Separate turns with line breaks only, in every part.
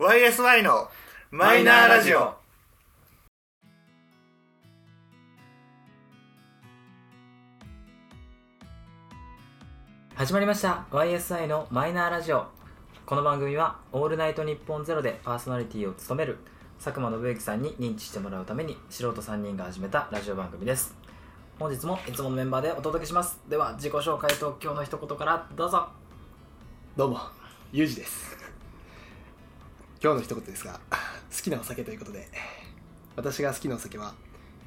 YSY のマイナーラジオ。
始まりました YSI のマイナーラジオこの番組は「オールナイトニッポンゼロでパーソナリティを務める佐久間信之さんに認知してもらうために素人3人が始めたラジオ番組です本日もいつものメンバーでお届けしますでは自己紹介と今日の一言からどうぞ
どうも、ゆうじです。今日の一言ですが、好きなお酒ということで、私が好きなお酒は、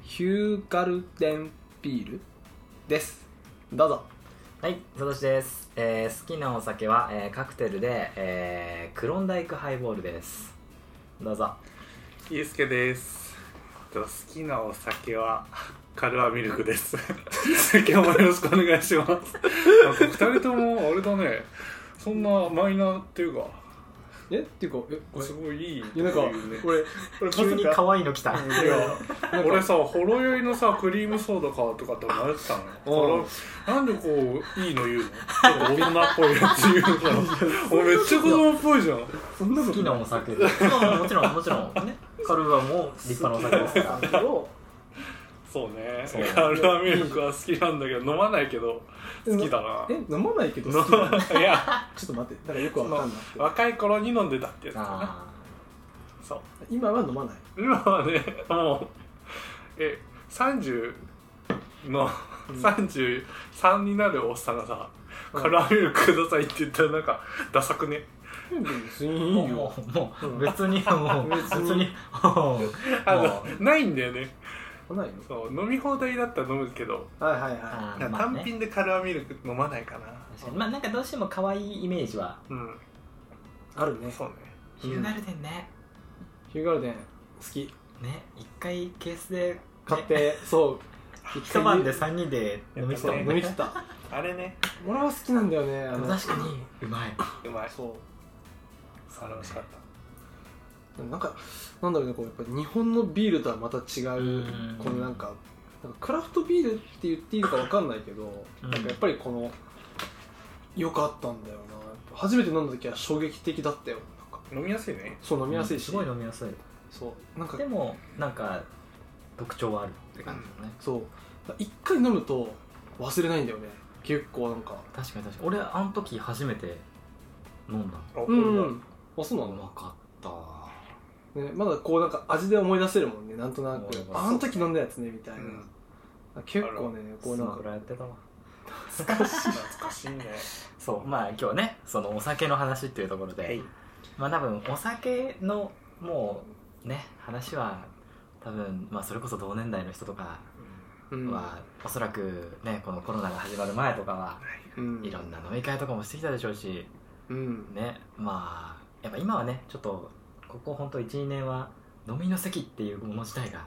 ヒューガルデンビールです。どうぞ。
はいサトシです、えー好きなお酒は、えーカクテルで、えークロンダイクハイボールですどうぞ
ゆうすけです。えっと好きなお酒はカルアミルクです。 今日もよろしくお願いします。なんか二人ともあれだね、そんなマイナーっていうか、
えっていうか、え、これ
す、ごいいいって
い
い
や
う
なんか、
ね。
俺、俺、
急に
わ
可愛いの来た
いや俺さ、ほろ酔いのさ、クリームソーダかとかって迷ってたの
おう
よ。ほらなんでこう、いいの言うのちょっと大人っぽいやつ言うから。俺めっちゃ子供っぽいじゃん。
そんなこ
好
と
き
な
ないお酒でもちろんもちろんねカルバも立派なお酒ですから
を
そうね
そう。
カルアミルクは好きなんだけど、飲まないけど、好きだな
え、。飲まない けど好きなの
いや。
ちょっと待って、なんかよくわかんなくて。
若い頃に飲んでたってやつかな
あ
そう
今は飲まない。
今はねもうえ30の、33になるおっさんがさ「
うん
カラーミルクください」って言ったらなんかダサくね
別
あ
に
もうもうもう別 にもう別
別に
にもう
あのないんだよね
ない
そう飲み放題だったら飲むけど
のはいはいは
あーまあ
単
ね
品でカラーミルク飲まないかな
確かにまあなんかどうしても可愛いイメージは
うん
い。あるね。
そうね
ヒューガルデンね
ヒューガルデン、好き。
ね一回ケースで
買って、そう。
一晩で3人で飲み切ったもん
飲み切っ
ね
た
あれね
俺は好きなんだよねあ
でも
の
確かにうまいう
まい
そ
あれ美味しかった
うなんかなんだろうねこうやっぱ日本のビールとはまた違う
うん
このなんかなんかクラフトビールって言っていいのかわかんないけど、
うん
なんかやっぱりこの良かったんだよなやっぱ初めて飲んだ時は衝撃的だったよなんか
飲みやすいね
そう飲みやすいし、
すごい飲みやすい
そうなんか
でもなんか特徴はあるって感じだね
そう一回飲むと忘れないんだよね結構なんか
確かに確かに俺あの時初めて飲んだ
あ
うん、う
うん
ん、あそうな
う
の
まかった
ね、まだこうなんか味で思い出せるもんねなんとなく
思い出す
あの時飲んだやつねみたいな、結構ねこう
ス
なん
マ
か
ブラやってたわ
懐かしいね
そうまあ今日はねそのお酒の話っていうところで、
はい
まあ多分お酒のもうね話は多分、まあ、それこそ同年代の人とか
うん
は、おそらくねこのコロナが始まる前とかは
うん
いろんな飲み会とかもしてきたでしょうし
うん
ねまあやっぱ今はねちょっとここほんと12年は飲みの席っていうもの自体が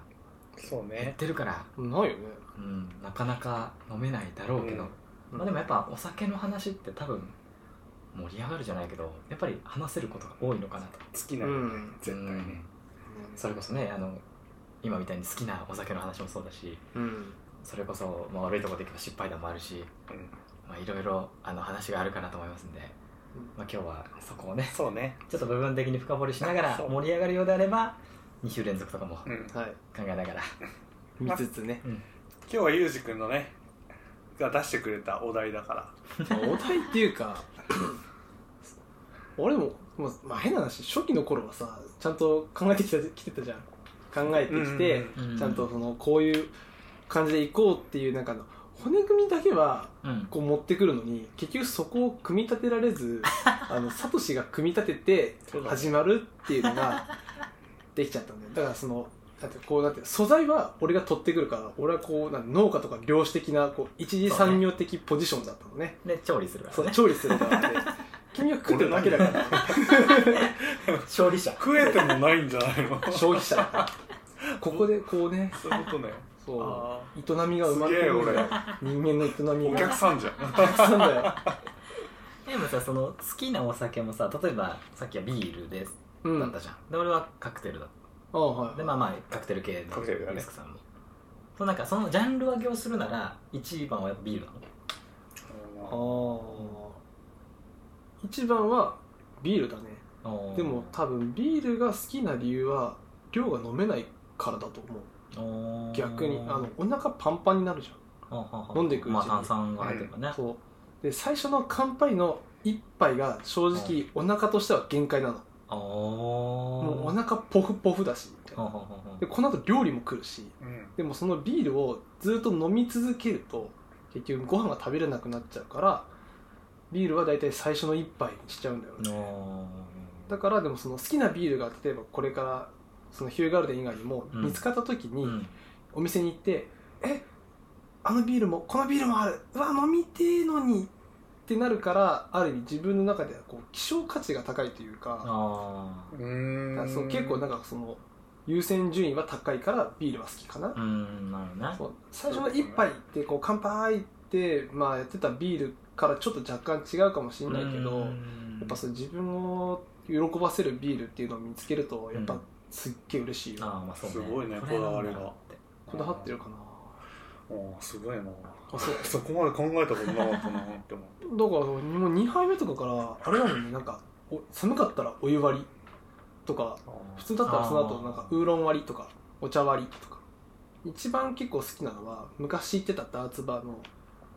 そう
減っ
ね
てるから、
ないよね
うん、なかなか飲めないだろうけど、
うん
まあ、でもやっぱお酒の話って多分盛り上がるじゃないけどやっぱり話せることが多いのかなと
好きな
う
のね
ん
絶対
う
ね
んそれこそねあの今みたいに好きなお酒の話もそうだし
うん
それこそ、まあ、悪いところでいけば失敗談もあるし、
うん
まあ、いろいろあの話があるかなと思いますんで、まあ、今日はそこをね
そうね
ちょっと部分的に深掘りしながら
そう
盛り上がるようであれば2週連続とかも考
うん
はい
えながら、
見つつね
うん
今日はゆうじくんのねが出してくれたお題だから
お題っていうか俺も、まあ、まあ変な話初期の頃はさちゃんと考えてきたきてたじゃん考えてきて、
うん
う
ちゃんと、そのこういう感じでいこうっていう中の骨組みだけは
うん、
こう持ってくるのに結局そこを組み立てられ ずあのサトシが組み立てて
そうだね
始まるっていうのができちゃったんだよだからそのだってこうなんて素材は俺が取ってくるから俺はこうなん農家とか漁師的なこう一次産業的ポジションだったのね
で調理するか
そ
ら
う
ね
調理する側で君は食ってるだけだから
調理者
食えてもないんじゃない の
消費者だからここでこうね
そういうことね
そ
あ
う営みが生まれてるんだよ人間の営
ー
み
お
が
客さんじゃん
お客さんだよ、
でもさその好きなお酒もさ例えばさっきはビールです
うん、
だったじゃん、で俺はカクテルだっ
ああはい
たでまあまあカクテル系の
カクテルだね
ユースケさんもそうなんかそのジャンル分けをするなら一番はやっぱビールなの
ああ一番はビールだね
おー
でも多分ビールが好きな理由は量が飲めないからだと思う
おー
逆にあのお腹パンパンになるじ
はあはあはあ
飲んでいくうちに
まあ炭酸が入ってるから
ゃ
ね、
んそうで最初の乾杯の一杯が正直お腹としては限界なの
ああ
もう
も
お腹ポフポフだしみたいなでこの後料理も来るし
うん
でもそのビールをずっと飲み続けると結局ご飯が食べれなくなっちゃうからビールは大体最初の一杯にしちゃうんだよねだからでもその好きなビールが例えばこれからそのヒューガルデン以外にも
うん
見つかった時に、
うん、
お店に行って「えあのビールもこのビールもあるうわ飲みてえのに」ってなるからある意味自分の中ではこう希少価値が高いというか
あ
うー
だから
ん
そう結構なんかその優先順位は高いからビールは好きかな、
あうんなるほどね
そう最初の一杯ってこう乾杯って、まあ、やってたビールからちょっと若干違うかもしれないけど、やっぱそう自分を喜ばせるビールっていうのを見つけるとやっ
う
ぱ
ん
すっげえ嬉しいよ、
あーまあそうね
すごいね
これなんだ
こだわりが
って
こだわってるかな
おーすごいな
あそう
そこまで考えたことなかったなって思って
だからもう2杯目とかからあれなのになんかお寒かったらお湯割りとか 普通だったらその後なんかウーロン割りとかお茶割りとか一番結構好きなのは昔行ってたダーツバーの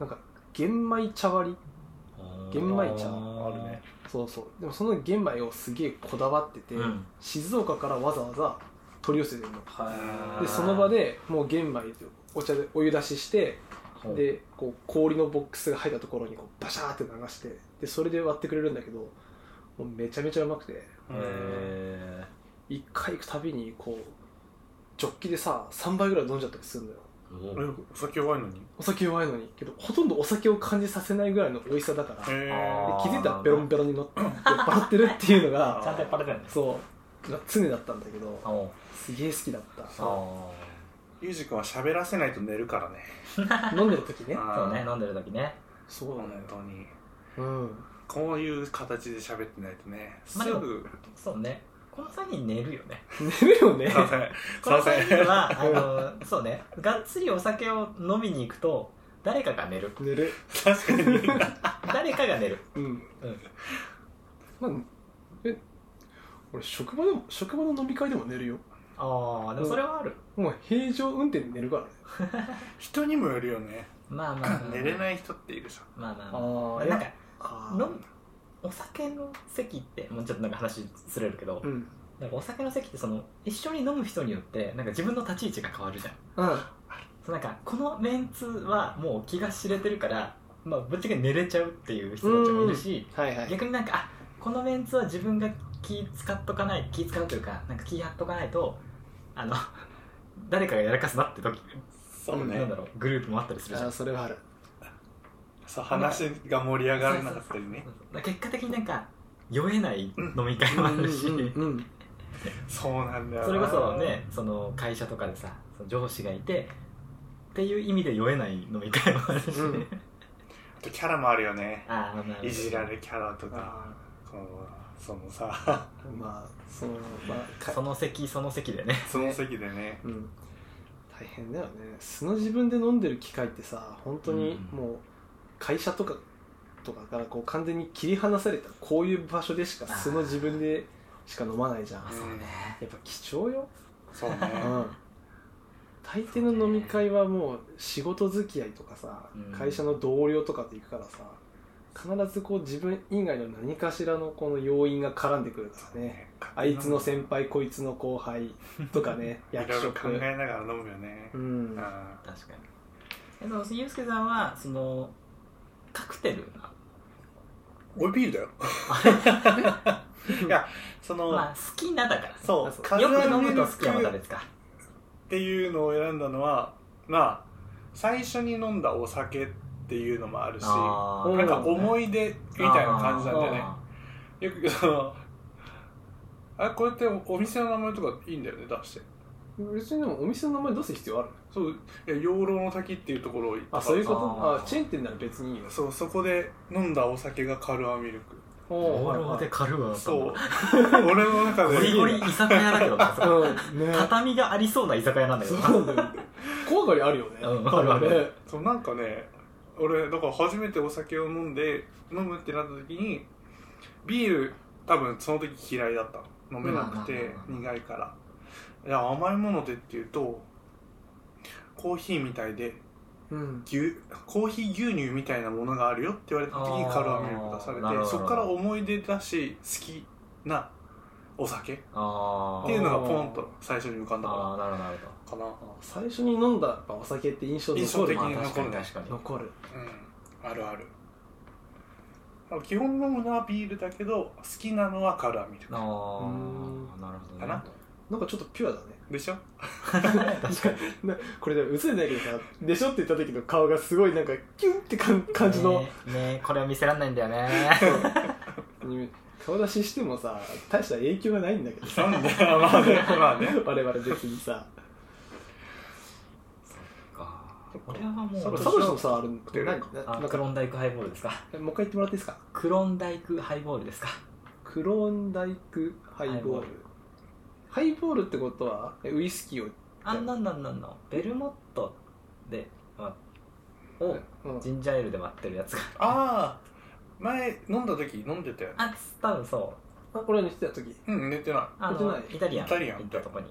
なんか玄米茶割り玄米茶
あるね
そうそうでもその玄米をすげえこだわってて、
うん
静岡からわざわざ取り寄せてるの
は
でその場でもう玄米とお茶でお湯出ししてでこう氷のボックスが入ったところにこうバシャーって流してでそれで割ってくれるんだけどもうめちゃめちゃうまくて
へえ
一回行くたびにこうジョッキでさ3杯ぐらい飲んじゃったりするんだよ
えお酒弱いのに
お酒弱いのにけどほとんどお酒を感じさせないぐらいの美味しさだからで
へ
あ
ー
気づいたらベロンベロンに乗って酔っ払ってるっていうの
あ
が
ちゃんとやっぱれてるんです
そう常だったんだけど
お
すげえ好きだった
そ
ゆうじくんは喋らせないと寝るからね
飲んでる時ね
うそうね
あー
飲んでる時ね
そうなの
本
よ
当に
うん
こういう形で喋ってないとねす
まあでも
ぐ
そうねこの3人寝るよね
寝るよね
すいま せんす
こ
い
の
ま
3
せん
人はあのそうねがっつりお酒を飲みに行くと誰かが寝る
寝る
確かに
誰かが寝る
うん
うん
まあ、え俺職場でも職場の飲み会でも寝るよ
ああでもそれはある
もう平常運転で寝るからね
人にもよるよね
まあまあ
寝れないい人っているじ
まあまあま
あ
あなんか
あ
飲むお酒の席ってもうちょっとなんか話ずれるけど、
うんうん
なんかお酒の席ってその一緒に飲む人によってなんか自分の立ち位置が変わるじゃん
あ
そうなんかこのメンツはもう気が知れてるから、まあ、ぶっちゃけ寝れちゃうっていう人たちもいるし、
はいはい
逆になんかあこのメンツは自分が気使っとかない気使うというかなんか気張っとかないとあの 誰かがやらかすなって時、
ゃん
そうね
なんだろうグループもあったりするじゃん
あそれはある
そう話が盛り上がらなかったりね
そうそう結果的になんか酔えない飲み会もあるし、
うんうん
そうなんだよな
それこそねその会社とかでさその上司がいてっていう意味で酔えない飲み会もあるし、
うん
あとキャラもあるよね
あーまあ
いじられキャラとか
あ
このそのさ
ーまあそのまあか
その席その席でね
その席でね
うん大変だよね素の自分で飲んでる機会ってさ本当に
うん
もう会社とかとかからこう完全に切り離されたこういう場所でしか素の自分でしか飲まないじゃん
あそうね
やっぱ貴重よ
そうね
うん大抵の飲み会はもう仕事付き合いとかさ、
うん
会社の同僚とかと行くからさ必ずこう自分以外の何かしらのこの要因が絡んでくるからねあいつの先輩こいつの後輩とかね
い
役
ろいろ考
職
えながら飲むよね
う
うん
ん
確かにえそのユースケさんはそのカクテルな
俺ビールだよ いやその、
まあ好きなだからね
そ
あ
う
そう
カ
よ
ルア
く飲
ミ
む
ル
と好きはまた
クっ
別か
ていうのを選んだのはまあ最初に飲んだお酒っていうのもあるし
あー
なんか思い出みたいな感じなんだよね
あ
よくそのあこれってお店の名前とかいいんだよね出して
別にでもお店の名前出す必要ある
そういや養老の滝っていうところを行った
あそういうこと
あ
あ
ー
チェーン店なら別にいいよ
そうそこで飲んだお酒がカルアミルク
ー
お
オーローでカルア
そう俺の中で
ゴリゴリ居酒屋だけどなそこ
うん ね
畳がありそうな居酒屋なんだけ
そ
どな
うだよ怖がりあるよね、
うんあるある
ね
そうなんかね俺だから初めてお酒を飲んで飲むってなった時にビール多分その時嫌いだった飲めなくて
うん
苦いからいや甘いものでっていうとコーヒーみたいで
うん
牛コーヒー牛乳みたいなものがあるよって言われた時に
あー
カルアミルク出され
なるほ
て
ど
そこから思い出だし好きなお酒っ
あー
ていうのがポンと最初に浮かんだ
あ
か
ーなるほどなる
らかな、うん、
最初に飲んだやっぱお酒って印象
印象
残
的
る
ほど、
に
まあ、確か
残る
に
ね
確かに
残る
あるあるあの基本飲むのはビールだけど好きなのはカルアミル
あ
ク
あ
う
なるほどね
かな
なんかちょっとピュアだね
でしょ
確かになこれでも映れないけどさ「でしょ?」って言った時の顔がすごいなんかキュンってかん感じの、
ねえねえこれは見せらんないんだよね
に顔出ししてもさ大した影響がないんだけどさ
なんで まあねまあね
我々別にさ
これはも
そ
サ
ろ
ブ
そ
シ
ろ
う
のさあれ何な
あ
なん
ク
かも
ロンダイクハイボールですか
う一回言ってもらっていいですか
クロンダイクハイボールですか
クロンダイクハイボールハイボールってことはえウイスキーを、
あんなんなんなんのベルモットで、まあ、を
うん
ジンジャーエールで割ってるやつが
ああ前飲んだ時飲んでたよね
あ多分そう
あ俺の言ってた時イ
うん寝てない
あ
こ
の
っちない
イタリアン
イタリアン
行ったとこに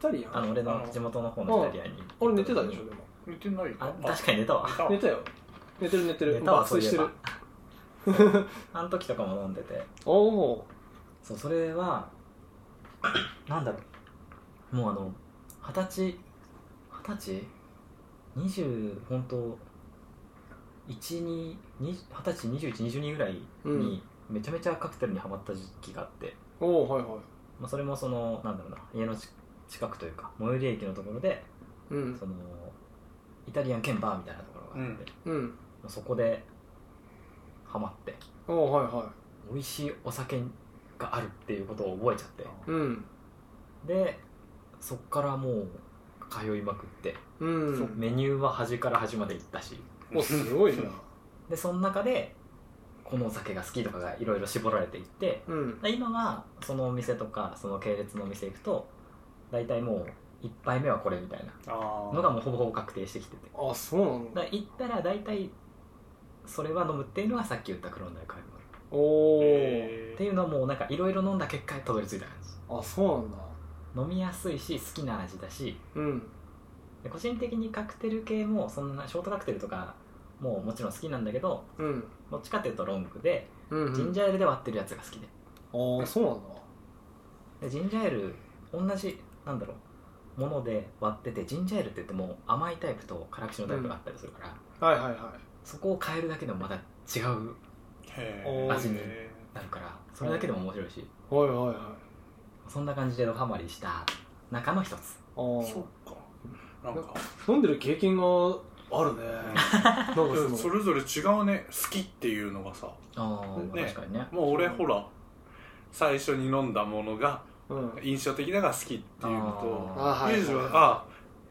タリア
あの
ン
俺
あ
の
の
地元の方のイタリアンに
俺寝てたでしょでも
寝てない
あ確かに寝たわ
寝たわ
寝たよ寝てる寝て
寝
る
たわ
爆睡してる
あの時とかも飲んでて
おお
そうそれはなんだろうもうあの二十歳二十歳二十本当一二二十二十歳二十一二十二ぐらいにめちゃめちゃカクテルにはまった時期があって、
ーおおはいはい
まあ、それもそのなんだろうな家のち近くというか最寄り駅のところで
うん
そのイタリアン兼バーみたいなところがあって、
うん
もうそこでハマって
おおはいは
美味しいお酒があるっていうことを覚えちゃって
いうん
でそっからもう通いまくって、
う
そ
ん
メニューは端から端まで行ったし
おすごいな
でその中でこのお酒が好きとかがいろいろ絞られていって
うん
で今はそのお店とかその系列のお店行くと大体もう1杯目はこれみたいな
あ
のがもうほぼほぼ確定してきてて
あそうなん
だ
だ
から行ったら大体それは飲むっていうのがさっき言ったクロンダイクハイボール
おお、
っていうのはもうなんかいろいろ飲んだ結果たどり着いた感じ
あそうなんだ
飲みやすいし好きな味だし
うん
で個人的にカクテル系もそんなショートカクテルとかももちろん好きなんだけど
うん
どっちかっていうとロングで
うん
ジンジャーエールで割ってるやつが好きで
ああそうなんだ
でジンジャーエール同じなんだろうもので割っててジンジャーエールって言っても甘いタイプと辛口のタイプがあったりするから、
はいはいは
そこを変えるだけでもまだ違う
へ
お
え
ー
味になるからそれだけでも面白いし
いはいはいはい
そんな感じでドハマりした中の一つ
あ
そっ
ー
かなんか
飲んでる経験があるねなんかそ
うん
の
それぞれ違うね好きっていうのがさ
ああ、まあ
ね
確かにね
もう俺ほら最初に飲んだものが
うん
印象的なが好きっていうの
あ
と
ー
ユージはあ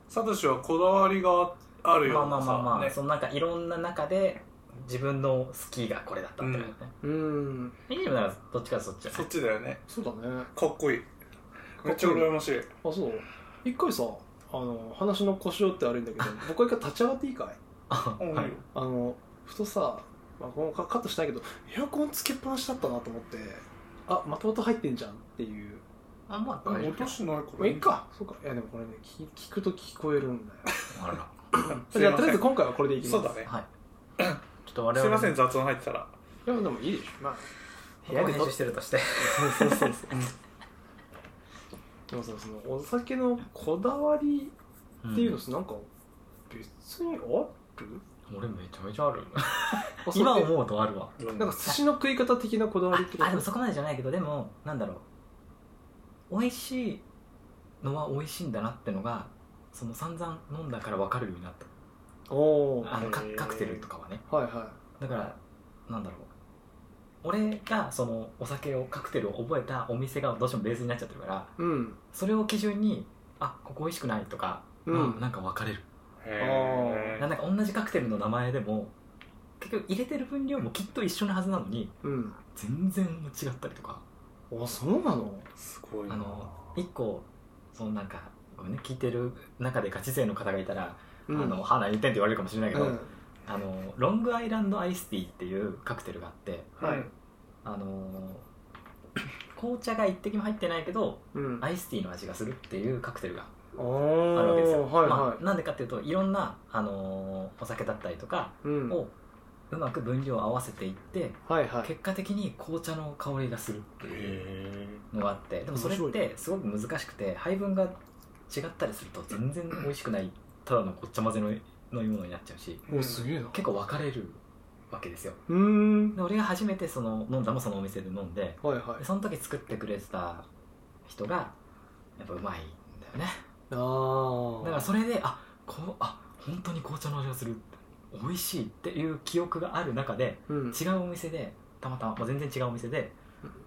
サトシはこだわりがある
まあ
よ
まあまあまあ、
ね
そのなんかいろんな中で自分の好きがこれだったってことだよね、
うん
いいでもならどっちかそっちじゃな
そ
い
っちだよね
そうだね
かっこいいめっちゃ羨ましい
あそう一回さあの話の腰折って悪いんだけ ど僕は一回立ち上がっていいかい
あ
うん
はい
あのふとさ、まあ、このカカットしないけどエアコンつけっぱなしだったなと思ってあまた音入ってんじゃんっていう
あまあ大丈
落
夫
としないこ
まあいっかそうかいやでもこれね聞聞くと聞こえる んだよ
あら
すい
じゃあ
ま
とり
せ
あえず
ん
今回はこれでいきます
そうだ ね
はいちょっと我々
すいません
ん
雑音入ってたら
いやでもいいでしょまあ部
部
屋
屋
で
で
撮っ
編集してるとして
そうそうそうでもさそのお酒のこだわりっていうのさ、なんか別にある
うん俺めちゃめちゃある
お酒
今思うとあるわ
なんか寿司の食い方的なこだわりってこ
あ
と
あでもそこまでじゃないけどでもなんだろう美味しいのは美味しいんだなってのがその散々飲んだから分かるようになった
おー
あのカ
へー
カクテルとかはね
はいは
だからなんだろう俺がそのお酒をカクテルを覚えたお店がどうしてもベースになっちゃってるから
いうん
それを基準にあここ美味しくないとか、
うん
まあなんか分かれる
へ
なん
ー
か同じカクテルの名前でも結局入れてる分量もきっと一緒のはずなのに
うん
全然違ったりとか
あそうなの
すごい
あ
な
の一個そのなんかごめんね聞いてる中でガチ勢の方がいたら「
うん
あの花言ってん」って言われるかもしれないけ
う
ど、
ん
あのロングアイランドアイスティーっていうカクテルがあって
はい
うん
あの紅茶が一滴も入ってないけど
うん
アイスティーの味がするっていうカクテルがあ
あ
るわけですよ、
はいは
まあ、
い
なんでかっていうといろんな、あのーお酒だったりとか
うん
をうまく分量を合わせていって
はいはい
結果的に紅茶の香りがするっていう
え
のがあってでもそれっ
面白
てすごく難しくて配分が違ったりすると全然美味しくないただのごっちゃ混ぜの飲み物になっちゃうし
おすげえな
結構分かれるわけですよ
うーん
で俺が初めてその飲んだのもそのお店で飲んで
はいはい
でその時作ってくれてた人がやっぱうまいんだよね
あ
だから
ー
それであこうあ本当に紅茶の味がする美味しいっていう記憶がある中で
うん
違うお店でたまたま、まあ全然違うお店で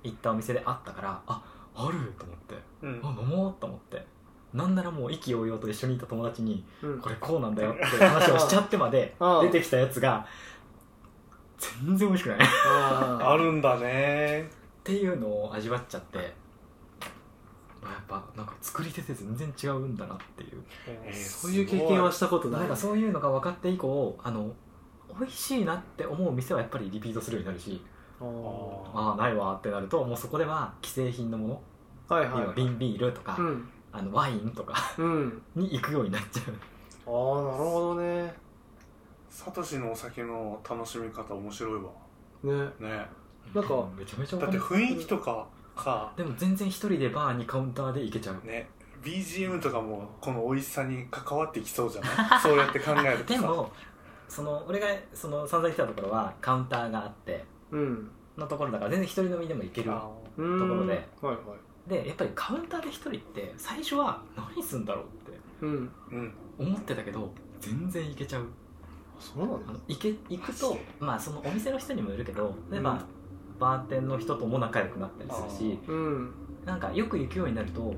行ったお店であったからああると思って
うん
あ飲もうと思ってなんならもう意気揚々と一緒にいた友達に
うん
これこうなんだよって話をしちゃってまで
ああ
出てきたやつが全然美味しくない
あ
あるんだね
っていうのを味わっちゃってやっぱなんか作り手って全然違うんだなっていう
ー
えー
そういう経験はしたことな
ないんかそういうのが分かって以降あの美味しいなって思う店はやっぱりリピートするようになるし
あー
ああないわってなるともうそこでは既製品のも
はい
の、
はい
瓶ビールとか、
うん
あのワインとか
うん
に行くようになっちゃう
ああなるほどね
サトシのお酒の楽しみ方面白いわ
ね
ね
なんか
うめちゃめちゃわ
だ
か
っ
んな
て
い
雰囲気とかか
でも全然一人でバーにカウンターで行けちゃう
ね BGM とかもこの美味しさに関わってきそうじゃないそうやって考え ると
で
さ
もその俺がその散々行ってたところはカウンターがあって
うん
のところだから全然一人飲みでも行ける
あ
ところ
で
はいはい
でやっぱりカウンターで一人って最初は何すんだろうって
うん
ーうん
思ってたけど全然行けちゃう
そうなん
あ
だ
の行け行く
マ
と
ジで
まあそのお店の人にもよるけど例えば、バーテンの人とも仲良くなったりするし
うん
なんかよく行くようになると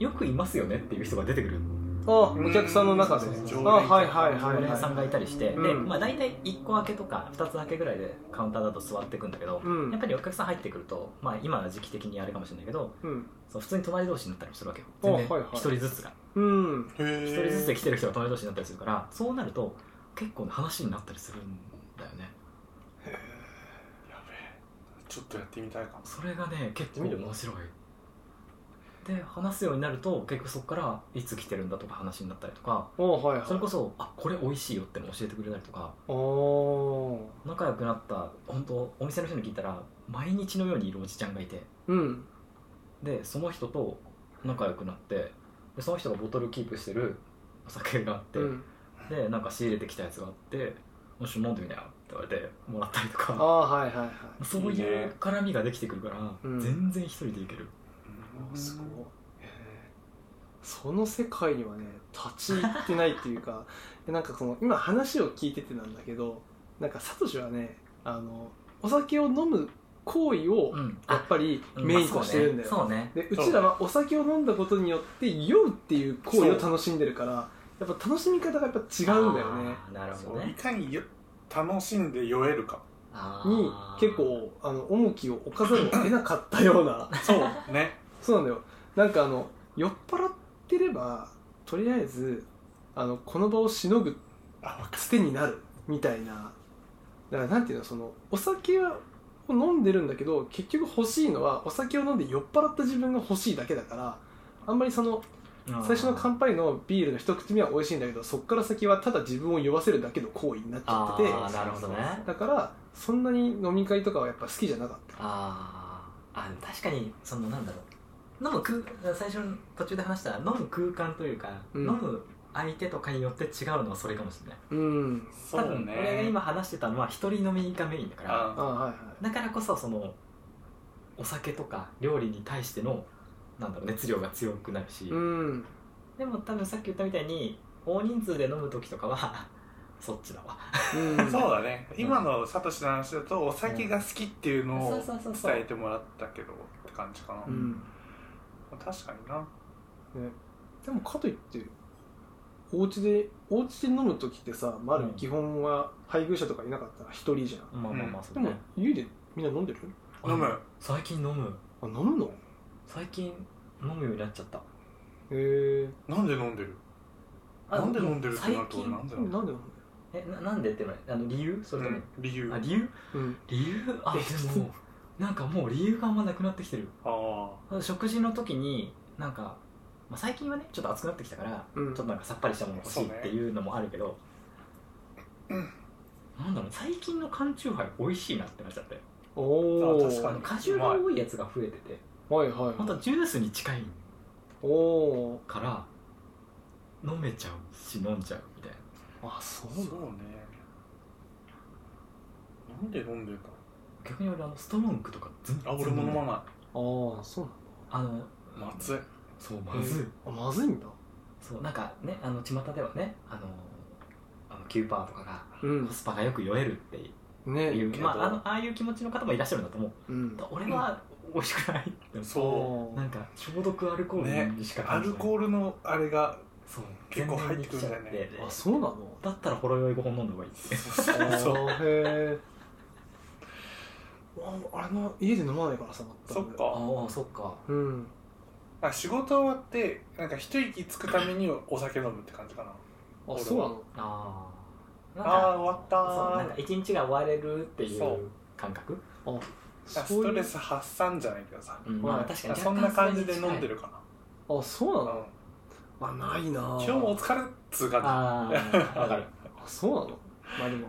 よくいますよねっていう人が出てくる
あお客さんの中で
うん
あ
常連
はいはいはい
常連さ
は
んがいたりして、で、
うん
まあ、大体1個開けとか2つ開けぐらいでカウンターだと座っていくんだけど
い、うん
やっぱりお客さん入ってくると、まあ、今は時期的にあれかもしれないけど
うん
その普通に隣同士になったりもするわけよ
あ
全然
はいはい
1人ずつが、
うん
へえ
一人ずつで来てる人が隣同士になったりするからそうなると結構な話になったりするんだよね
やべえちょっとやってみたいかも
それがね結構
見てみる
面白いで話すようになると結局そこからいつ来てるんだとか話になったりとか
あはいはい
それこそ「あこれ美味しいよ」ってのを教えてくれたりとか
そ
仲良くなった本当お店の人に聞いたら毎日のようにいるおじちゃんがいて
ああうん
でその人と仲良くなってでその人がボトルキープしてるお酒があって、
うん
でなんか仕入れてきたやつがあって「もし飲んでみなよ」って言われてもらったりと
あ
か
あはいはいはい
そういう絡みができてくるから、
うん
全然一人でいける
うん
すごいへえその世界にはね立ち入ってないっていうか なんかその今話を聞いててなんだけどなんかサトシはねあのお酒を飲む行為を
うん
やっぱりメインとしてるんだよ、
そうね
でうちらはお酒を飲んだことによって酔うっていう行為を楽しんでるからやっぱ楽しみ方がやっぱ違うんだよね
あーなるほ
そ
ど
うい
ね
かによ楽しんで酔えるか
あー
に結構あの重きを置かざるを得なかったような
そうね
そうなんだよなんかあの酔っ払ってればとりあえずあのこの場をしのぐ
あ
つてになるみたいなだからなんていうのそのお酒を飲んでるんだけど結局欲しいのはお酒を飲んで酔っ払った自分が欲しいだけだからあんまりその
うん
最初の乾杯のビールの一口目は美味しいんだけどそっから先はただ自分を酔わせるだけの行為になっちゃってて
あーなるほどね
だからそんなに飲み会とかはやっぱ好きじゃなかった
あーあでも確かにそのなんだろう飲む空最初の途中で話した飲む空間というか、
うん
飲む相手とかによって違うのはそれかもしれない
うん
そ
多
う
分俺が
ね
今話してたのは一人飲みがメインだから
あ
あ
はいはい
だからこそそのお酒とか料理に対してのなんだろう熱量が強くなるし、
うん
でも多分さっき言ったみたいに大人数で飲む時とかは そっちだわ
う ん
そうだね今のサトシの話だとお酒が好きっていうの
そ
を
うそうそうそう
伝えてもらったけどって感じかな、
うん
確かにな
ね、でもかといってお家でお家で飲む時ってさま
う
る
ん
基本は配偶者とかいなかったら一人じゃん
まあまあまあそう
で
だ
も
ね、
家でみんな飲んでる
あ
飲む
最近飲む
あ飲むの
最近飲むようになっちゃった
へえ
なんで飲んでる
あ
なんで飲んでるって
最
なると俺
近
なんで
な
飲ん
ん
で
で
る
飲んでる
えななんでってのはあの理由それとも、
うん理由
あ理由
うん
理由あ
え
でもなんかもう理由があんまなくなってきてる
あ
食事の時になんか、まあ、最近はねちょっと暑くなってきたから、
うん
ちょっとなんかさっぱりしたもの欲しいっていうのもあるけど、なんだろう最近の缶チューハイ美味しいなってなっちゃって
お
あ
お
確かに
果汁が多いやつが増えてて
はいはい
本当
は
ジュースに近い
いおー
から飲めちゃうし飲んじゃうみたいな
あそ
あ
う
そうねなんで飲んでるか
逆に俺あのストロングとか全然
あ俺も飲ま
ああそうな
あの
ないまずい
そうまずい、
のあまずいんだ
そうなんかねあの巷ではねあのあのキューパーとかが
うん
コスパがよく酔えるっていう
ね
いう
けど
まあ、あのああいう気持ちの方もいらっしゃるんだと思う
うん
俺は美味しくない、
そ
おー
なんか消毒アルコールにしか
うア
感じ
ル
ない、
コールのあれが
そう
結構入ってくるんだよね
全然に来ちゃ
あ
って
そうなの
だったらほろ酔い5本飲んだ方がいいって
そう
あーへえああれな家で飲まないからさ
そ
全
っ
く
か
あそっか
うん
あ仕事終わってなんか一息つくためにお酒飲むって感じかな
あそうなの
ああ
ああー終わった
そうなん
ー
か一日が終われるってい
そうう
感覚
あ
そ
ス
う
ト
いう
レス発散じゃないけどさ
うんまあ
はい
確か
あ
に
そんな感じで飲んでるか
あそう
な、
なのあないな
うん今
ぁ
日もお疲れっつう感じ
あ あわかる
あそうなのまあでも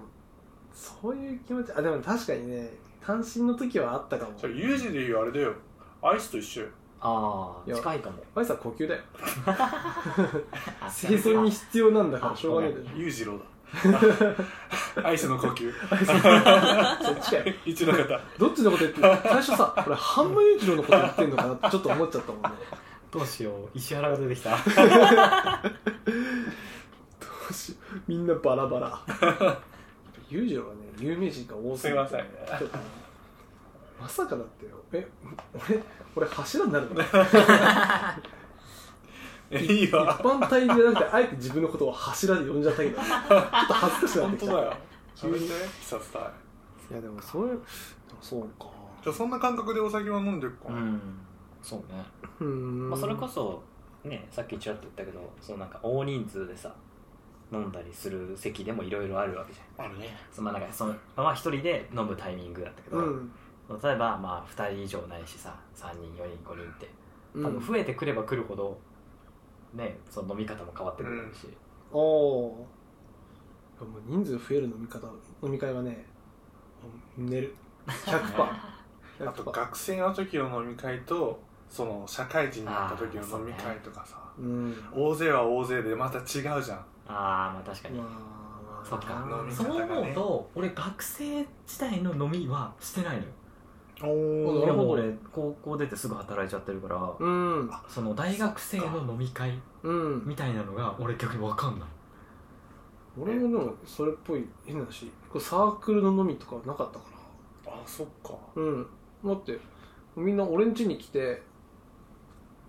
そういう気持ちあでも確かにね単身の時はあったかも
それユージで言うあれだよアイスと一緒よ
あ
い
あ
や
近いかも
アイスは呼吸だよ
あ
生存に必要なんだからしょうがないんだよ
ユージローだ アイスの呼吸
そっちかよ
一の方
どっちのこと言ってる最初さ俺半分裕次郎のこと言ってんのかなってちょっと思っちゃったもんね
どうしよう石原が出てきた
どうしようみんなバラバラ裕次郎はね有名人が多す
すい
ぎて
ません
ちょっとねまさかだってよえ俺俺柱になるの
いい
一
わ
般体じゃなくてあえて自分のことを柱で呼んじゃったけどちょっと恥ずかしくなっ
本
てき
当
た
だよ
急に
やめてさせたい
いやでもそういうそうか
じゃあそんな感覚でお酒は飲んでるか、
うんそうね
うーん
まあ、それこそねさっきちらっと言ったけどそのなんか大人数でさ飲んだりする席でもいろいろあるわけじゃん
あるね
そのまあなんかそのまあ一人で飲むタイミングだったけど、
うん
例えばまあ2人以上ないしさ3人4人5人って
う
多分
ん
増えてくればくるほどねその飲み方も変わってくるし、
おおーもう人数増える飲み方飲み会はね寝る100%
あと学生の時の飲み会とその社会人になった時の飲み会とかさ、
うん
大勢は大勢でまた違うじゃん
ああまあ確かに、
まあ
そっか
飲み
そう
方がね
思うと俺学生時代の飲みはしてないのよ
お
い
な
や
るほ
もう
ど
俺高校出てすぐ働いちゃってるから、
うん
その大学生の飲み会
うん
みたいなのが俺逆に分かんない
俺もでもそれっぽい変な話こうサークルの飲みとかなかったから
あそっか
うんだってみんな俺ん家に来て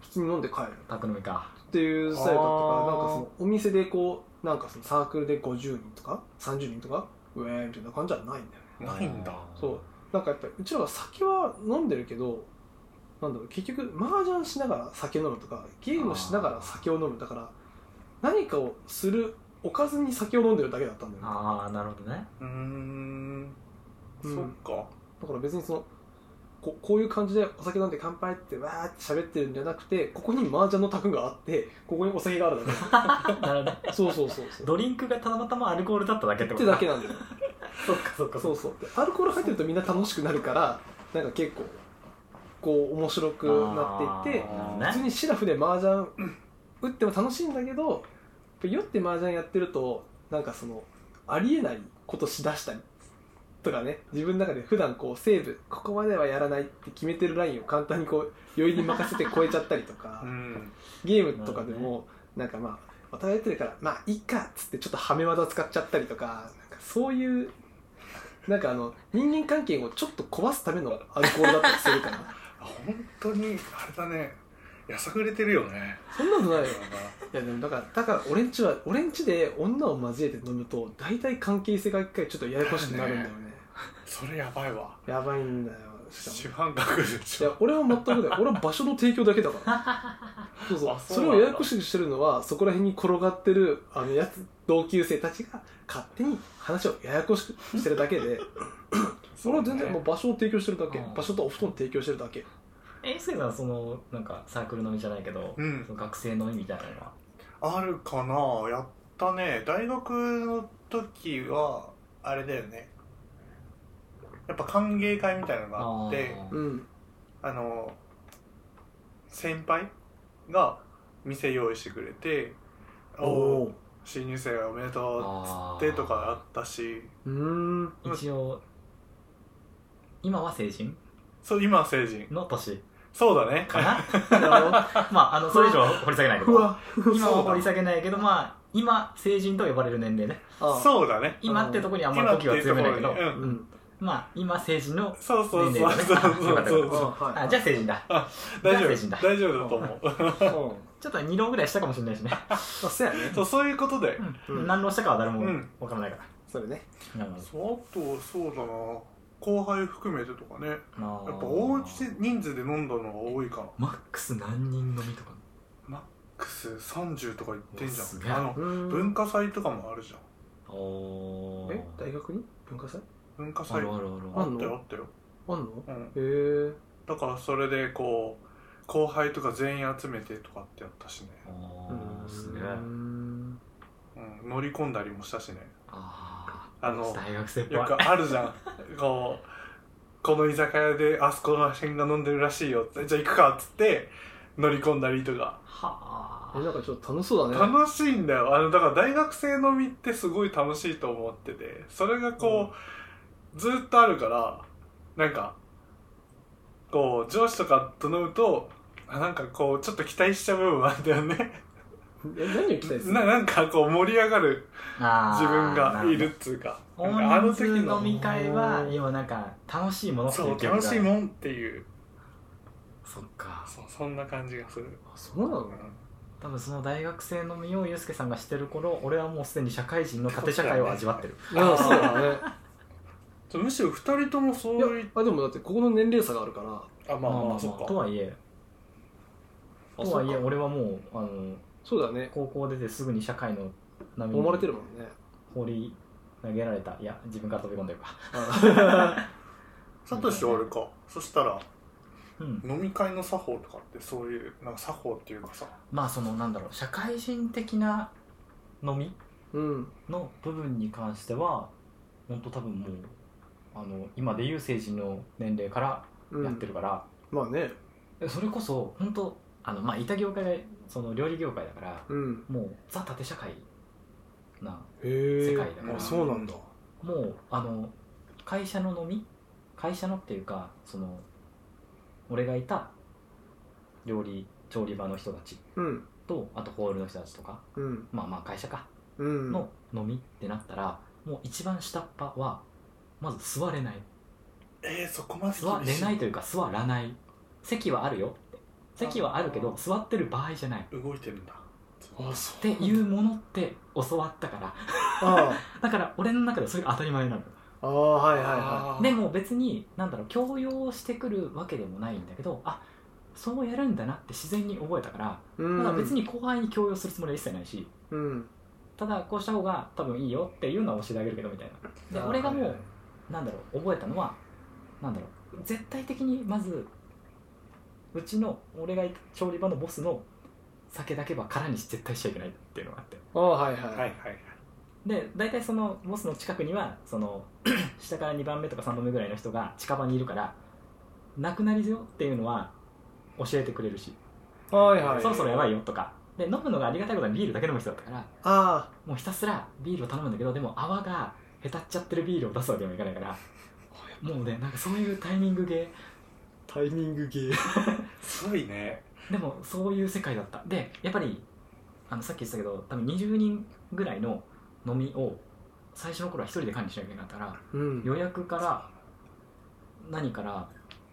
普通に飲んで帰る
宅飲みか
っていうスタイルだったから
あー
なんかそのお店でこうなんかそのサークルで50人とか30人とかウェーみたいな感じじゃないんだよね
ないんだ
そうなんかやっぱりうちらは酒は飲んでるけどなんだろう結局麻雀しながら酒飲むとかゲームしながら酒を飲むだから何かをするおかずに酒を飲んでるだけだったんだよね
ああなるほどね
うーん
うん
そっか
だから別にそのここういう感じでお酒飲んで乾杯ってわーって喋ってるんじゃなくてここに麻雀の卓があってここにお酒があるだ
なるほどね
けそうそうそうそう
ドリンクがたまたまアルコールだっただけって
っ
こ
て
と
だけなんだよ
そっかそっか
そうそうでアルコール入ってるとみんな楽しくなるからなんか結構こう面白くなっていって
あー
普通にシラフで麻雀打っても楽しいんだけどやっぱ酔って麻雀やってるとなんかそのありえないことしだしたりとかね自分の中で普段こうセーブここまではやらないって決めてるラインを簡単にこう酔いに任せて超えちゃったりと か
うん
ゲームとかでもなんかまあお互いやってるからまあいいかっつってちょっとはめ技使っちゃったりとかなんかそういうなんかあの人間関係をちょっと壊すためのアルコールだったりするから
本当にあれだねやさぐれてるよね
そんなことないよいやでもだからだから俺んちは俺んちで女を交えて飲むと大体関係性が一回ちょっとややこしくなるんだよね
それやば いわ
やばいんだよし
主
かも
犯格で
い
し
や
ょ
俺は全くだよ俺は場所の提供だけだからそうそう
あ
そ
そうなんだ
れをややこしくしてるのはそこら辺に転がってるあのやつ同級生たちが勝手に話をややこしくしてるだけで
そ
俺
う
は
ね
全然もう場所を提供してるだけ
うん
場所とお布団提供してるだけ
えエスケさんはそのなんかサークル飲みじゃないけど、
うん
その学生飲みみたいなのは
あるかなやったね大学の時はあれだよねやっぱ歓迎会みたいなのがあって
うん
あの先輩が店用意してくれて「おお
ー
新入生おめでとう」っつってとかあったし
うーん
ー一応今は成人
そう今は成人
の年
そうだね
かな まああのそれ以上は掘り下げないけ
ふ
ど
わ
今は掘り下げないけどまあ今成人と呼ばれる年齢ね
あ
そうだね
今ってとこにあんまり時は強めないけど
今っていうところにうん
うん
まあ今成人の
そうそう
年
そう
齢だ
そ
ね
う そう
あよかった
そ
よ
う
か
そう
あはい
あじゃあ成人だ
大
じゃあ
丈
成人
夫
だ
大丈夫だ と思う
うん
ちょっと2浪ぐらいしたかもしれないしね、
あそうやね
そうそういうことで
うん
何浪したかは誰も
うん
わからないから、
それね
なるほ
そうあとそうだな後輩含めてとかねやっ
どや
ぱ大人数で飲んだのが多いかな
マックス何人飲みとか
マックス30とか言ってんじ
おす
ゃ
げ
ん
え
あの文
文
化祭とかもあるじゃん
おー
え大学に文化祭
文化
あ
祭
る
あ
あるあ
あ
る
ったよあったよ、
あんの
うん、
へえ
だからそれでこう後輩とか全員集めてとかってやったしね、
あーすげえ
うん、乗り込んだりもしたしね
あー
あの
大学生っぽい
よくあるじゃんこうこの居酒屋であそこら辺が飲んでるらしいよってじゃあ行くかっつって乗り込んだりとか
は
えなんかちょっと楽しそうだね
楽しいんだよあのだから大学生飲みってすごい楽しいと思っててそれがこう、ずっとあるからなんかこう上司とかと飲むとあなんかこうちょっと期待しちゃう部分はあるんだよね
え何を期待する
ななんかこう盛り上がる
あ
自分がい
な
る
ほ
っつうか
ど
なんかあ
大
の
人数
時の
飲み会は今なんか楽しいものってい
そうう楽しい
ん
もんっていう
そっか
そうそんな感じがする、
あそうなの
多分その大学生飲みをユうスケさんがしてる頃俺はもうすでに社会人の縦社会を味わってる
ああそうだね
うんむしろ2人ともそ
いうや
いう
あでもだってここの年齢差があるから
あまあまあそっか
とはいえ
あ
とはいえ
そうか
俺はもうあの
そうだね
高校出てすぐに社会の波
揉まれて
に
るもんね
放り投げられたいや自分から飛び込んでるか
サトシはあれかそしたら
うん
飲み会の作法とかってそういうなんか作法っていうかさ
まあそのなんだろう社会人的な飲み
うん
の部分に関しては本当多分もうあの今でいう成人の年齢から
うん
やってるから、
まあね
えそれこそ本当あのまあいた業界がその料理業界だから
うん
もうザ縦社会な
へえ
世界だから
あそうなんだ
もうあの会社の飲み会社のっていうかその俺がいた料理調理場の人たち
うん
とあとホールの人たちとか
うん
まあまあ会社か
うん
の飲みってなったら、もう一番下っ端はまず座れない
えー、そこまで
座れないというか座らない席はあるよって席はあるけ
あ
ど
ー
座ってる場合じゃない
動いてるんだ
あそ
っていうものって教わったから
あ
だから俺の中ではそれが当たり前なの
あああはいはいは
でも別になんだろう強要してくるわけでもないんだけどあそうやるんだなって自然に覚えたから
い
だから
うん
別に後輩に強要するつもりは一切ないし
うん
ただこうした方が多分いいよっていうのは教えてあげるけどみたいなで俺がもうなんだろう覚えたのはなんだろう絶対的にまずうちの俺がいた調理場のボスの酒だけは空に絶対しちゃいけないっていうのがあって
ああはい
はいは
はいい
はい
で大体そのボスの近くにはその 下から2番目とか3番目ぐらいの人が近場にいるからなくなりよっていうのは教えてくれるし、
はいはい
そろそろやばいよとかで飲むのがありがたいことにビールだけ飲む人だったから
あ
もうひたすらビールを頼むんだけどでも泡がへたっちゃってるビールを出すわけにもいかない からもうねなんかそういうタイミングゲ
あタイミングゲー
すごいね
ーでもそういう世界だったでやっぱりあのさっき言ってたけど多分20人ぐらいの飲みを最初の頃は一人で管理しなきゃいけなかったから
うん
予約から何から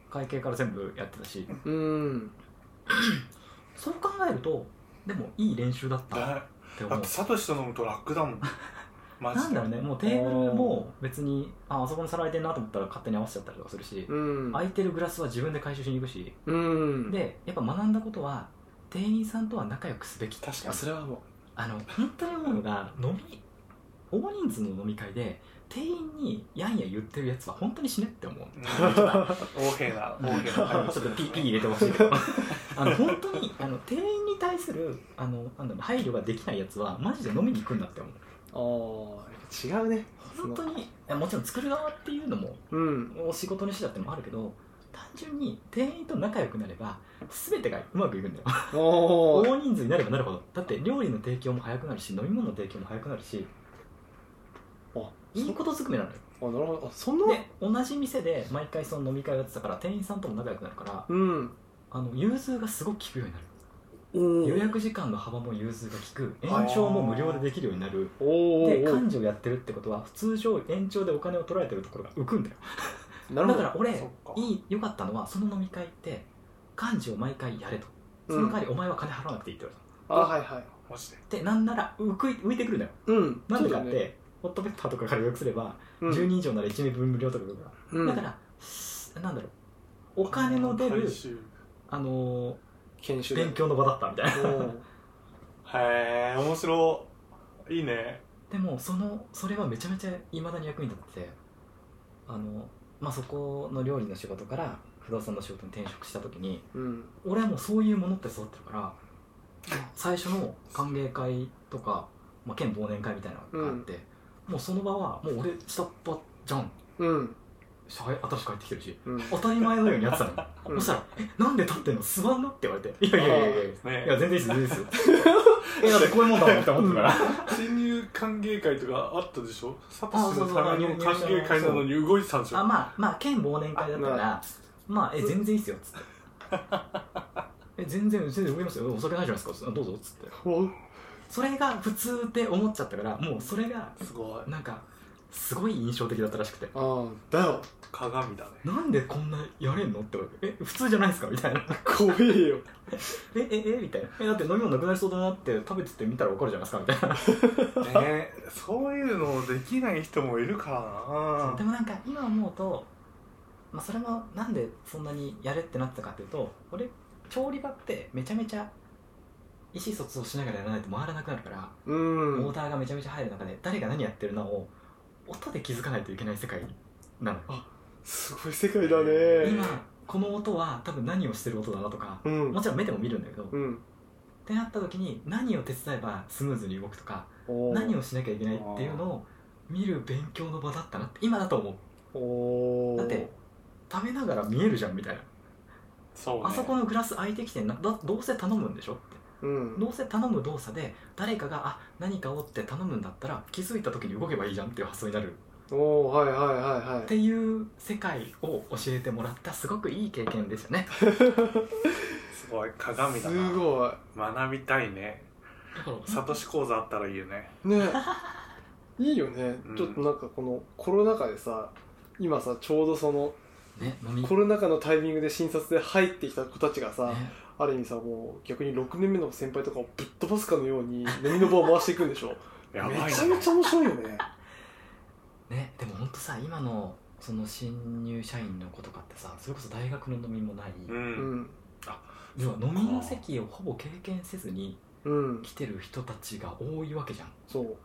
会計から全部やってたし
うん
そう考えるとでもいい練習だったっ
だ
て
だ
思
っ
う
てサトシと飲むと楽だもんマ
な
ジで
んだろうねもうテーブルも別にああそこの皿空いてるなと思ったら勝手に合わせちゃったりとかするし
うん
空いてるグラスは自分で回収しに行くし
うん
でやっぱ学んだことは店員さんとは仲良くすべき
確か
あそれはも
あの本当に思うのが飲み大人数の飲み会で店員にやんや言ってるやつは本当に死ねって思う
大変な大変な
あのちょっとピピー入れてほしいけど あの本当にあの店員に対するあのなんだろう配慮ができないやつはマジで飲みに行くんだって思う
ああ違うね
本当にいやもちろん作る側っていうのも
うん
お仕事にしだってもあるけど単純に店員と仲良くなれば全てがうまくいくんだよ
おー
大人数になればなるほどだって料理の提供も早くなるし飲み物の提供も早くなるし
あ
いいことずくめなのよ
あなるほどあそんな
で同じ店で毎回その飲み会をやってたから店員さんとも仲良くなるから
うん
あの融通がすごく効くようになる
おー
予約時間の幅も融通が利く延長も無料でできるようになる
おーお
で
ーお
幹事をやってるってことは通常延長でお金を取られてるところが浮くんだよ
ーなる
だ
ほ
か
ど
ら俺
そっか
いい良かったのはその飲み会って幹事を毎回やれとその代わりお前は金払わなくていいって言われ
あはいはい
マジで
たでなんなら浮くい浮いてくるんだよ
うん
なんでかっ
そ
て、
うだね
ホットペッパーとかから予約すれば、
うん
10人以上なら1名分無料とかだか
う
ら、
ん
だからなんだろうお金の出る
回、収
あのー
研修だ
勉強の場だったみたいな
おー
へえ面白いいいね
でもそのそれはめちゃめちゃいまだに役に立っててあの、まあ、そこの料理の仕事から不動産の仕事に転職した時に
うん
俺はもうそういうものって育ってるから最初の歓迎会とか、まあ、県忘年会みたいなのがあって、もうその場はもう俺下っ端じゃん
うん
社会新しく帰ってきてるし
うん
当たり前のようにやってたの、
うん
そしたら「えなんで立ってんの座んな」って言われて「いやいやいやいやいやい
ね
や全然いいです全然いい ですよ」えだってこういうもんだもんって思ってたから
新入歓迎会とかあったでしょサト
あ
シ
そう
の
そう
ための歓迎会なのに動いてたんでしょ
あまあまあ県忘年会だったか
あ
らまあえ全然いいっすよっつってえ全然全然動きますよお酒ないじゃないですかどうぞっつって
お
それが普通って思っちゃったからもうそれが
すごい
なんかすごい印象的だったらしくて
あーだよ
鏡だね
なんでこんなやれんのって思ってえ普通じゃないですかみたいな
怖えよ
えええみたいなえだって飲み物なくなりそうだなって食べてて見たらわかるじゃないですかみたいな
ねそういうのできない人もいるから
でもなんか今思うと、まあ、それもなんでそんなにやれってなったかっていうと俺調理場ってめちゃめちゃ意思疎通をしながらやらないと回らなくなるから、
う
オ
ん
ーダーがめちゃめちゃ入る中で誰が何やってるのを音で気づかないといけない世界なのよ
すごい世界だね
今この音は多分何をしてる音だなとか
うん
もちろん目でも見るんだけど、っ
うん
てなった時に何を手伝えばスムーズに動くとか
おー
何をしなきゃいけないっていうのを見る勉強の場だったなって今だと思う
おー
だって食べながら見えるじゃんみたいな
そうね
あそこのグラス空いてきてんなだどうせ頼むんでしょって
うん
どうせ頼む動作で誰かがあ何かをって頼むんだったら気づいた時に動けばいいじゃんっていう発想になる
おーはいはいはいは
っ
い
ていう世界を教えてもらったすごくいい経験でしたね
すごい鏡だ
す
な
ご
学びたいね
だから
サトシ講座あったらいいよね
いね いいよね
うん
ちょっとなんかこのコロナ禍でさ今さちょうどその
ね飲み
コロナ禍のタイミングで診察で入ってきた子たちがさ
ね
ある意味さもう逆に6年目の先輩とかをぶっ飛ばすかのように 飲みの場を回していくんでしょ
やばい
め
ね
ちゃめちゃ面白いよね
ねでもほんとさ今のその新入社員の子とかってさそれこそ大学の飲みもない、
う
うんん
要は飲みの席をほぼ経験せずに
うん
来てる人たちが多いわけじゃん
そう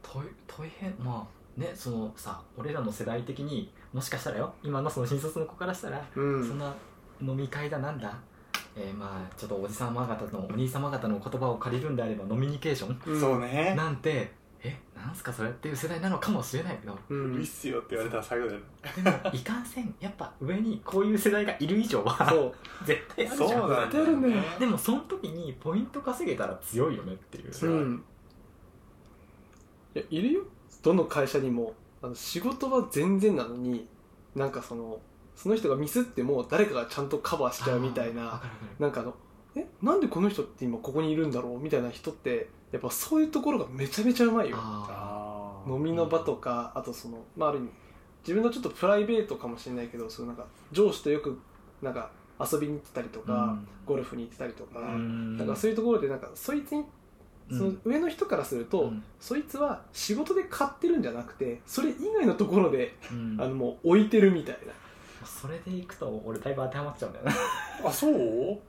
大大変まあねそのさ俺らの世代的にもしかしたらよ今のその新卒の子からしたら、
うん
そんな飲み会だなんだ、えーまあちょっとおじさま方のお兄様方の言葉を借りるんであれば飲みニケーション
うん
そうね
なんてえなんすかそれっていう世代なのかもしれないけど
う
うんいいっ
ん
すよって言われたら最後だよね
でもいかんせんやっぱ上にこういう世代がいる以上 は
そう
絶対あるじゃん
そうなんだよ
絶対あるね
でもその時にポイント稼げたら強いよねっていう
強い
うん、いやいるよどの会社にもあの仕事は全然なのになんかそのその人がミスっても誰かがちゃんとカバーしちゃうみたい
あーわ
な
かるわかる
なんかあのえなんでこの人って今ここにいるんだろうみたいな人ってやっぱそういうところがめちゃめちゃうまいよ
あ
あー
飲みの場とかあとその、まあ、ある意味自分のちょっとプライベートかもしれないけどそのなんか上司とよくなんか遊びに行ってたりと
ー
か、ゴルフに行ってたりとか、
うん
なんかそういうところでなんかそいつにその上の人からすると、
うん
そいつは仕事で買ってるんじゃなくてそれ以外のところで、
うん
あのもう置いてるみたいな
それでいくと俺だいぶ当ては まっちゃうんだよね
あそう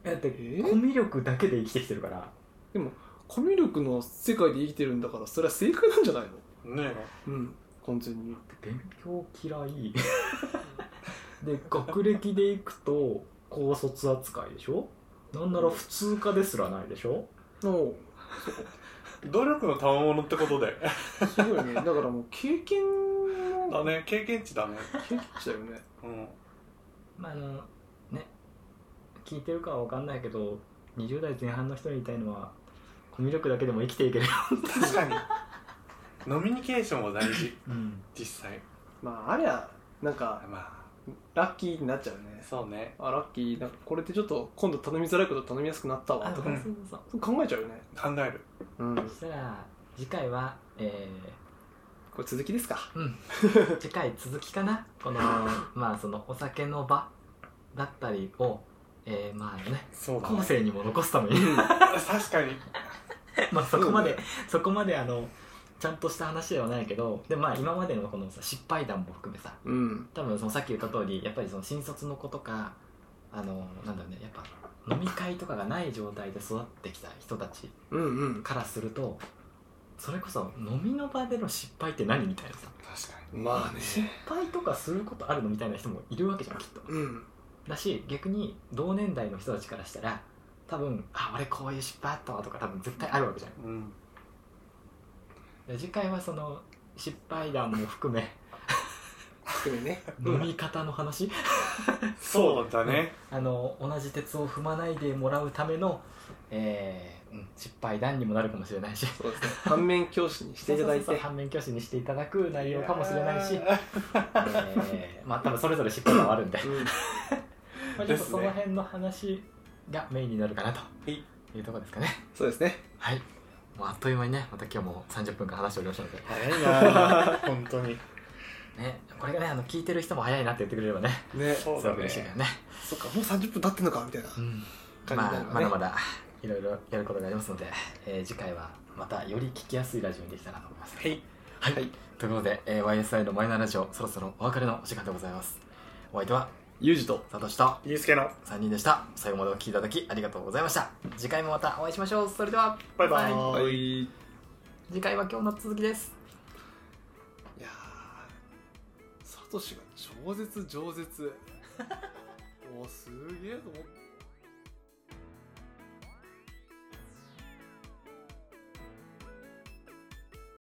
だって
えー
コミュ力だけで生きてきてるから
でもコミュ力の世界で生きてるんだからそれは正解なんじゃないの
ね
うん完全に
勉強嫌いで学歴でいくと高卒扱いでしょなんなら普通科ですらないでしょ
お
努力の賜物ってことで
すごいねだ からもう経験
だね経験値だね
経験値だよね
うん
まああのね聞いてるかは分かんないけど20代前半の人に言いたいのはコミュ力だけでも生きていける、
確かにノミニケーションは大事
うん、
実際
まあありゃなんか
まあ
ラッキーになっちゃうね
そうね
あラッキーなんかこれってちょっと今度頼みづらいこと頼みやすくなったわ
あ
と
そう
か
そう そう
考えちゃうよね
考える
うん
そしたら次回はえー、
これ続きですか
うん次回続きかなこ のまあそのお酒の場だったりを、えー、まあね
そうだ、
後
ね、
世にも残すた めに
確かに
まあそこまで、
うん
そこまであのちゃんとした話ではないけどでまあ今までのこのさ失敗談も含めさ
うん
多分そのさっき言った通りやっぱりその新卒の子とかあのなんだろうねやっぱ飲み会とかがない状態で育ってきた人たち
うんうん
からするとそれこそ飲みの場での失敗って何みたいなさ
確かに
まあね
失敗とかすることあるのみたいな人もいるわけじゃんきっと
うん
だし逆に同年代の人たちからしたら多分あ俺こういう失敗あったわとか多分絶対あるわけじゃん
うん
で次回はその失敗談も含め
含めね
飲み方の話
そうだね
あの同じ鉄を踏まないでもらうための、えーうん失敗談にもなるかもしれないし
そうですね反面教師にしていただい
そうそうそう
て
反面教師にしていただく内容かもしれないしえーまあ多分それぞれ失敗談はあるんで
うん
まあちょっとその辺の話がメインになるかなと
い
いうところですかね
そうですね
はいもうあっという間にねまた今日も30分間話しておりましたので、
早いな 本当に
ね、これがねあの聞いてる人も早いなって言ってくれればね
ね
そう
すご
だ
く嬉しい
ね
からね、
そっかもう30分経ってんのかみたいな
うんま
感じにな
あ
る、
まだ
ね
まだいろいろやることがありますので、えー次回はまたより聞きやすいラジオにできたらなと思います
はい
はい、
はい
ということで、えー YSI のマイナーラジオそろそろお別れのお時間でございますお相手は
ユージと
サトシと
ゆうすけの
3人でした最後までお聞きいただきありがとうございました次回もまたお会いしましょうそれでは
バイバイ
はいい
次回は今日の続きです
やー サトシが超絶超絶おすげえと思って